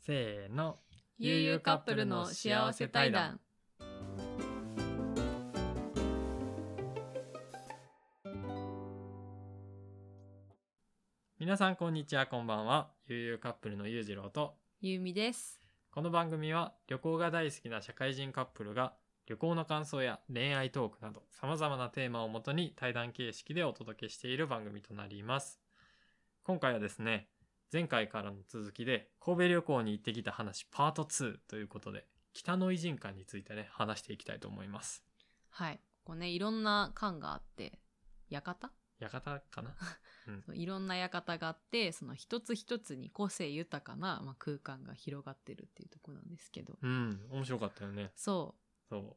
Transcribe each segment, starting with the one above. せーの。悠々カップルの幸せ対談。皆さんこんにちは、こんばんは。悠々カップルのゆうじろうと、ゆうみです。この番組は旅行が大好きな社会人カップルが旅行の感想や恋愛トークなど様々なテーマをもとに対談形式でお届けしている番組となります。今回はですね、前回からの続きで神戸旅行に行ってきた話パート2ということで北の偉人館についてね、話していきたいと思います。はい。こうね、いろんな館があって、館館かないろんな館があって、その一つ一つに個性豊かな、まあ、空間が広がってるっていうところなんですけど。うん、面白かったよね。そそう。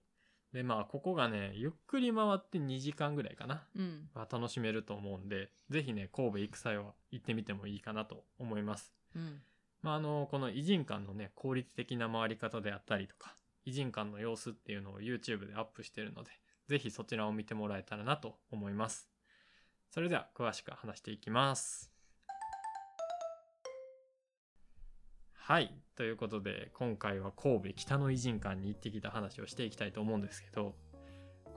で、まあここがね、ゆっくり回って2時間ぐらいかな。う。うん。まあ、楽しめると思うんで、ぜひね、神戸行く際は行ってみてもいいかなと思います。うん。まあ、あの、この偉人館のね、効率的な回り方であったりとか、偉人館の様子っていうのを YouTube でアップしてるので、ぜひそちらを見てもらえたらなと思います。それでは、詳しく話していきます。はい。ということで、今回は神戸北の偉人館に行ってきた話をしていきたいと思うんですけど、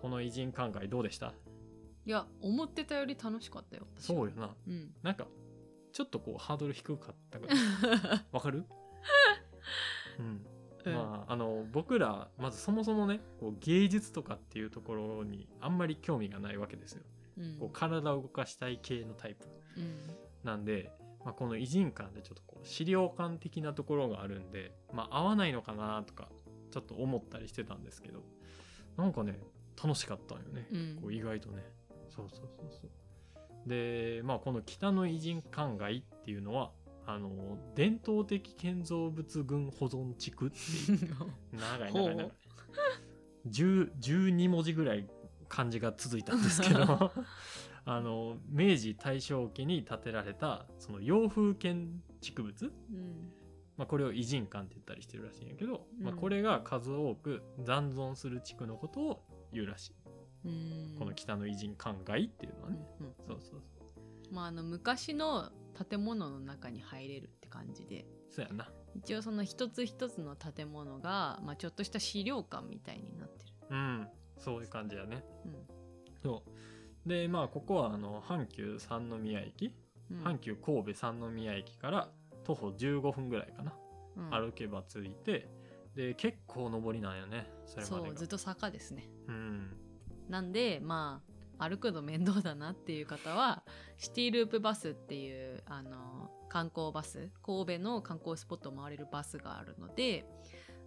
この偉人館会どうでしたいや、思ってたより楽しかったよ。私はそうよな。うん。なんかちょっとこうハードル低かった からわ かる、うんうんまああの僕らまずそもそもねこう芸術とかっていうところにあんまり興味がないわけですようんこう体を動かしたい系のタイプうん。なんで、まあ、この偉人館でちょっとこう資料館的なところがあるんで、まあ、合わないのかなとかちょっと思ったりしてたんですけどなんかね楽しかったんよね、うんこう意外とねそうそうそうそうでまあこの北の偉人館街っていうのはあの伝統的建造物群保存地区っていう長い長い長ほい10 12文字ぐらい漢字が続いたんですけ どあの明治大正期に建てられたその洋風建築物、うん。まあ、これを偉人館って言ったりしてるらしいんやけど、まあ、うんこれが数多く残存する地区のことを言うらしい、うん。この北の偉人館街っていうのはうね、んうんそうそうそうまあ、あの昔の建物の中に入れるって感じでそうやな一応その一つ一つの建物が、まあ、ちょっとした資料館みたいになってる、うんそういう感じやねうそうでまあここはあの阪急三宮駅んうん阪急神戸三宮駅から徒歩15分ぐらいかな、うん歩けば着いてで結構上りなんよねそれまそでうがずっと坂ですねうんなんでまあ歩くの面倒だなっていう方は シティループバスっていうあの観光バス神戸の観光スポットを回れるバスがあるので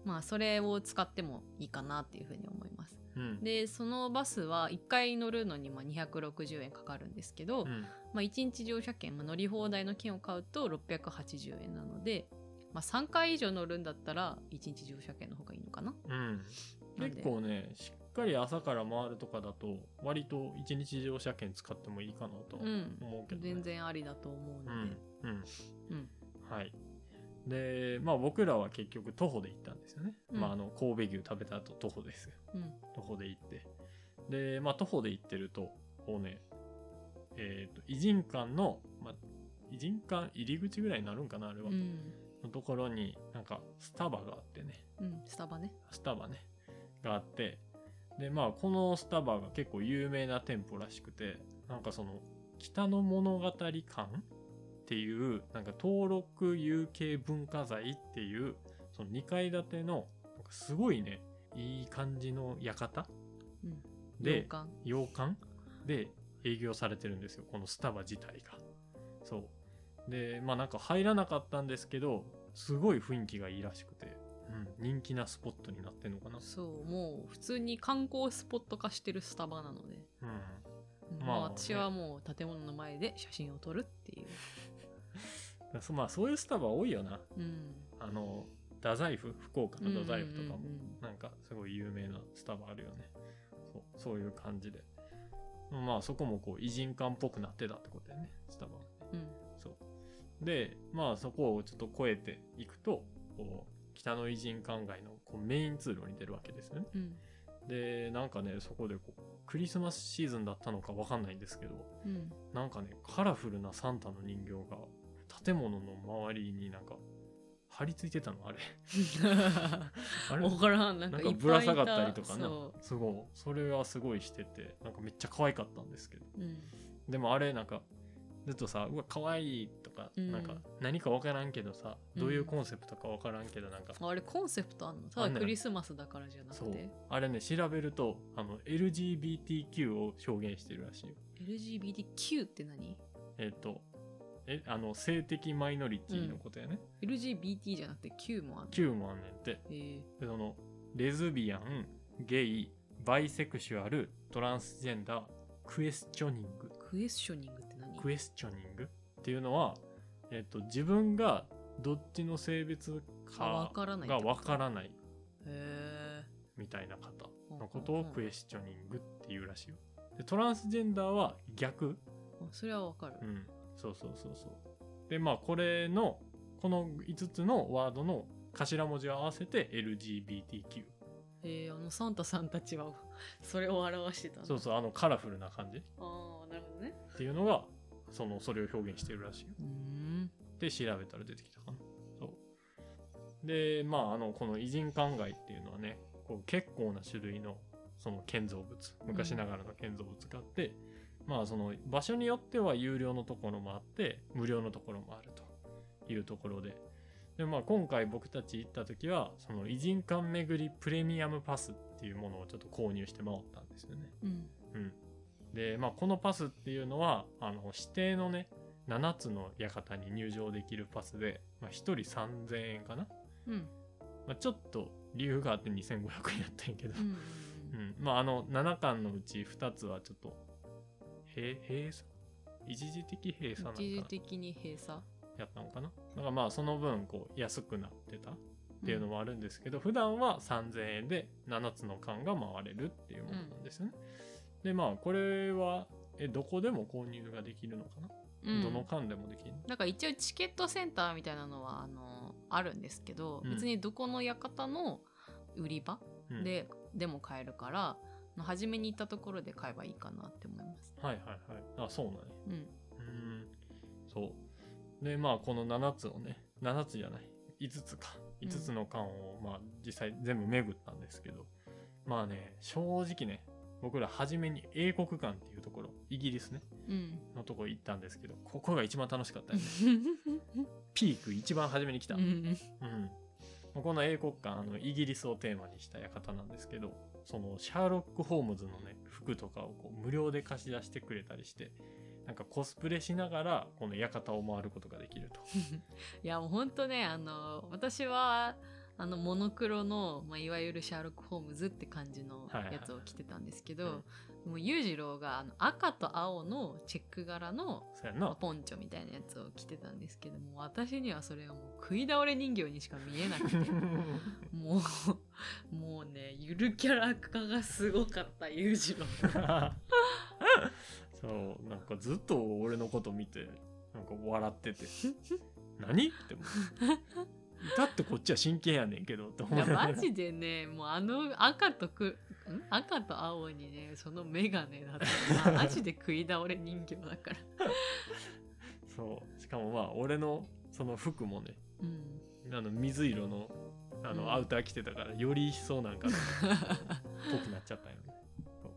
まあそれを使ってもいいかなっていうふうに思いますうんでそのバスは1回乗るのにまあ260円かかるんですけど、うんまあ、1日乗車券、まあ、乗り放題の券を買うと680円なので、まあ、3回以上乗るんだったら1日乗車券の方がいいのかなうんなんで結構ねしっかり朝から回るとかだと割と一日乗車券使ってもいいかなとはうん思うけど、ね全然ありだと思ううのでん、うんうんはいでまあ僕らは結局徒歩で行ったんですよね、うんまああの神戸牛食べた後徒歩ですようん徒歩で行ってでまあ徒歩で行ってるとこうねえっ、と偉人館の、まあ、偉人館入り口ぐらいになるんかなあれは、うんのところになんかスタバがあってねうん、スタバねスタバねがあってでまあこのスタバが結構有名な店舗らしくてなんかその「北の物語館」っていうなんか登録有形文化財っていうその2階建てのなんかすごいねいい感じの館、うんで洋館洋館で営業されてるんですよこのスタバ自体がそうでまあなんか入らなかったんですけどすごい雰囲気がいいらしくて、うん、人気なスポットになってんのかなそうもう普通に観光スポット化してるスタバなので、ううんまあまあ、ね私はもう建物の前で写真を撮るっていう、んそまあそういうスタバ多いよなうん、あの太宰府福岡の太宰府とかもうんうんうんなんかすごい有名なスタバあるよねそうそういう感じでまあそこもこう偉人館っぽくなってたってことだよねスタバはねうんそうでまあそこをちょっと越えていくとこう北の偉人館街のこうメイン通路に出るわけですよねうんでなんかねそこでこうクリスマスシーズンだったのかわかんないんですけどうんなんかねカラフルなサンタの人形が建物の周りになんか張り付いてたのあれ あれ分からんなんなかんいかっぱいいぶら下がったりとかなそすごいそれはすごいしててなんかめっちゃ可愛かったんですけどう、うん、でもあれなんかずっとさ「うわ可愛いとか、うんなんか何か分からんけどさどういううんコンセプトか分からんけどなんか、あれコンセプトあんのたあだんのよクリスマスだからじゃなくそうてあれね調べるとあの LGBTQ を表現してるらしいよ LGBTQ って何えっ、とえあの性的マイノリティのことやね、 LGBT じゃなくて Q もあんの Q もあんねんてえでそのレズビアンゲイバイセクシュアルトランスジェンダークエスチョニングー、クエスチョニングって何クエスチョニングっていうのは、えっと自分がどっちの性別あかわからないがってことわからないへみたいな方ーのことをクエスチョニングっていうらしいよでトランスジェンダーは逆あそれはわかるうんそうそうそうそうでまあこれのこの5つのワードの頭文字を合わせて LGBTQ えー、あのサンタさんたちはそれを表してたのそうそうあのカラフルな感じっああなるほどねていうのがそのそれを表現してるらしいようんで調べたら出てきたかなそうでまああのこの偉人灌漑っていうのはねこう結構な種類のその建造物昔ながらの建造物があって、まあその場所によっては有料のところもあって無料のところもあるというところででまあ今回僕たち行った時はその偉人館巡りプレミアムパスっていうものをちょっと購入して回ったんですよねうんうん、で、まあ、このパスっていうのはあの指定のね7つの館に入場できるパスで、まあ、1人3000円かな、うんまあ、ちょっと理由があって2500円やったんやけど、うんうんうんまああの7巻のうち2つはちょっと閉閉鎖一時的閉鎖なのか一時な的に閉鎖っやったのかなだからまあその分こう安くなってたっていうのもあるんですけど、普段は3000円で7つの缶が回れるっていうものなんですよね、でまあこれはえどこでも購入ができるのかな、うん、どの缶でもできるのなんか一応チケットセンターみたいなのはあのあるんですけど、うん別にどこの館の売り場、うんででも買えるから初めに行ったところで買えばいいかなって思います。はいはいはいあそうなんやうん、うんそうでまあこの7つをね7つじゃない5つかうん5つの缶を、まあ実際全部巡ったんですけどまあね正直ね僕ら初めに英国館っていうところイギリスねうん、のとこ行ったんですけどここが一番楽しかったよねピーク一番初めに来た、うんもうこの英国館あのイギリスをテーマにした館なんですけどそのシャーロック・ホームズのね服とかをこう無料で貸し出してくれたりしてなんかコスプレしながらこの館を回ることができると いやもうほんとねあの私はあのモノクロの、まあ、いわゆるシャーロック・ホームズって感じのはいはいやつを着てたんですけうど、んもう裕次郎があの赤と青のチェック柄のそうやまあな ポンチョみたいなやつを着てたんですけども私にはそれはもう食い倒れ人形にしか見え なくてもうもうねゆるキャラ化がすごかった裕次郎そうなんかずっと俺のこと見てなんか笑ってて何って思ってだってこっちは真剣やねんけどって思いやながらマジでねもうあの赤とくん赤と青にねその眼鏡だったらマジで食い倒れ人形だから、そうしかもまあ俺のその服もねうん、あの水色のあうのんアウター着てたからより一層 なんかなぽくなっちゃったよねそ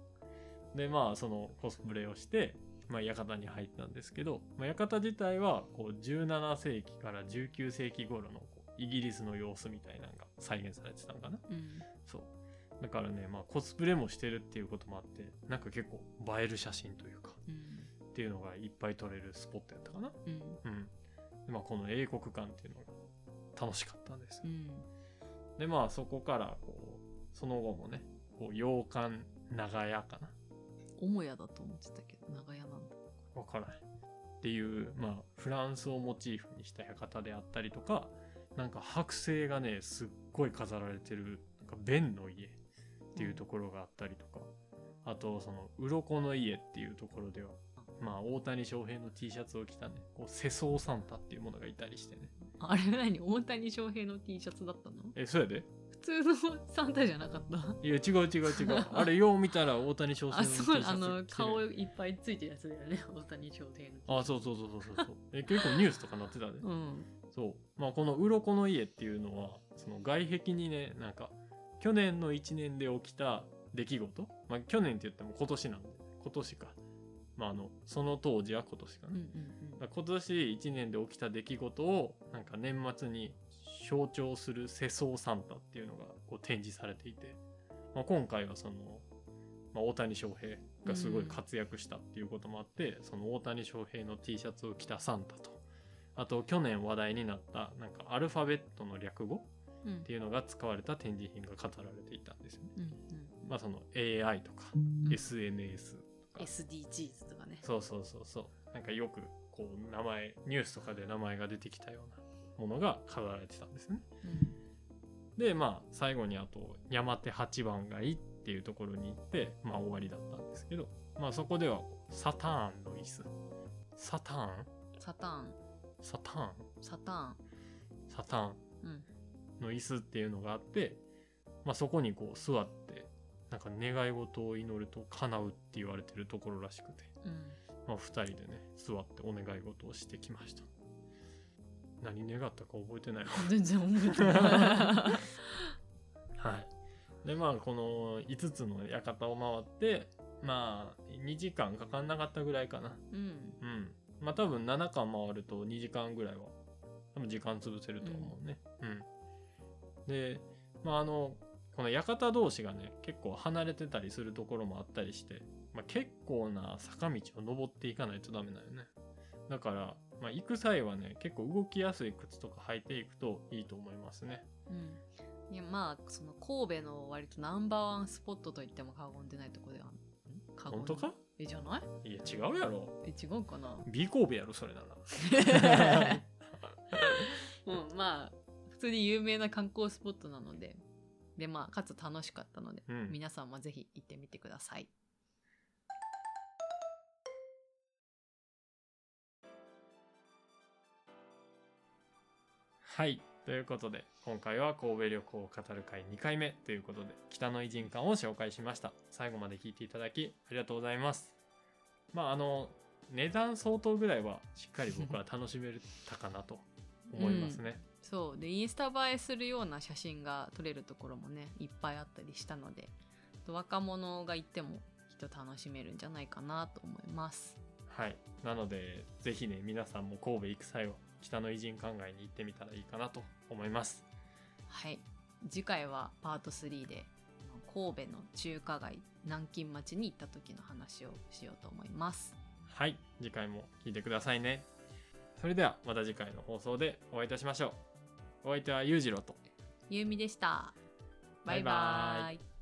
うでまあそのコスプレをして、まあ、館に入ったんですけど、まあ、館自体はこう17世紀から19世紀頃のこうイギリスの様子みたいなのが再現されてたのかなうんそうだからね、まあ、コスプレもしてるっていうこともあってなんか結構映える写真というかうんっていうのがいっぱい撮れるスポットやったかなうんうん。でまあ、この英国館っていうのが楽しかったんですよう。んで、まあ、そこから、こう、その後もね、こう、洋館長屋かな。母屋だと思ってたけど長屋なんだわからない。っていう、まあ、フランスをモチーフにした館であったりとか、なんか剥製がね、すっごい飾られてる、なんか弁の家っていうところがあったりとか、あと、その、鱗の家っていうところでは、まあ、大谷翔平の T シャツを着たね、こう、世相サンタっていうものがいたりしてね。あれ何大谷翔平の T シャツだったのえ、そうやで普通のサンタじゃなかったいや違う違う違 うあれよう見たら大谷翔平あのそう T シャあツの着てる顔いっぱ いついてるやつだよね大谷翔平の T シャツあそうそうそうそうそうそうえ結構ニュースとかなってたで、うんそうまあこの鱗の家っていうのはその外壁にねなんか去年の1年で起きた出来事まあ去年って言っても今年なんで今年かまああのその当時は今年かな、うんうんだから今年1年で起きた出来事をなんか年末に象徴する世相サンタっていうのがこう展示されていて、まあ、今回はその、まあ、大谷翔平がすごい活躍したっていうこともあって、その大谷翔平の T シャツを着たサンタとあと去年話題になったなんかアルファベットの略語うんうんっていうのが使われた展示品が飾られていたんですよね。うんまあ、その AI とかうん SNS とか SDGs とかねそうそうそうそうなんかよくこう名前ニュースとかで名前が出てきたようなものが飾られてたんですねうんでまあ最後にあと山手八番街っていうところに行ってまあ終わりだったんですけどまあそこではサターンの椅子サターンサターンサターンサターンサターンうんの椅子っていうのがあって、まあ、そこにこう座ってなんか願い事を祈ると叶うって言われてるところらしくてうんまあ、2人でね座ってお願い事をしてきました何願ったか覚えてないわ全然覚えてないはいでまあこの5つの館を回ってまあ2時間かかんなかったぐらいかな うんうんまあ多分7巻回ると2時間ぐらいは多分時間潰せると思うねうん、でまああのこの館同士がね結構離れてたりするところもあったりして、まあ、結構な坂道を登っていかないとダメなのよねだから、まあ、行く際はね結構動きやすい靴とか履いていくといいと思いますねうんいやまあその神戸の割とナンバーワンスポットと言っても過言でないとこでは過言本当かえじゃないいや違うやろえ違うかな B 神戸やろそれならうんまあ普通に有名な観光スポットなのででまあかつ楽しかったので、うん皆さんもぜひ行ってみてくださいはい。ということで、今回は神戸旅行を語る会2回目ということで、北の偉人館を紹介しました。最後まで聞いていただき、ありがとうございます。まあ、あの、値段相当ぐらいは、しっかり僕は楽しめたかなと思いますね。そうでインスタ映えするような写真が撮れるところもねいっぱいあったりしたので若者が行ってもきっと楽しめるんじゃないかなと思いますはい。なので、ぜひね、皆さんも神戸行く際は、北の偉人館街に行ってみたらいいかなと思います。はい次回はパート3で神戸の中華街南京町に行った時の話をしようと思いますはい。次回も聞いてくださいね。それでは、また次回の放送でお会いいたしましょう。お相手は裕次郎と。ゆうみでしたバイババイバイ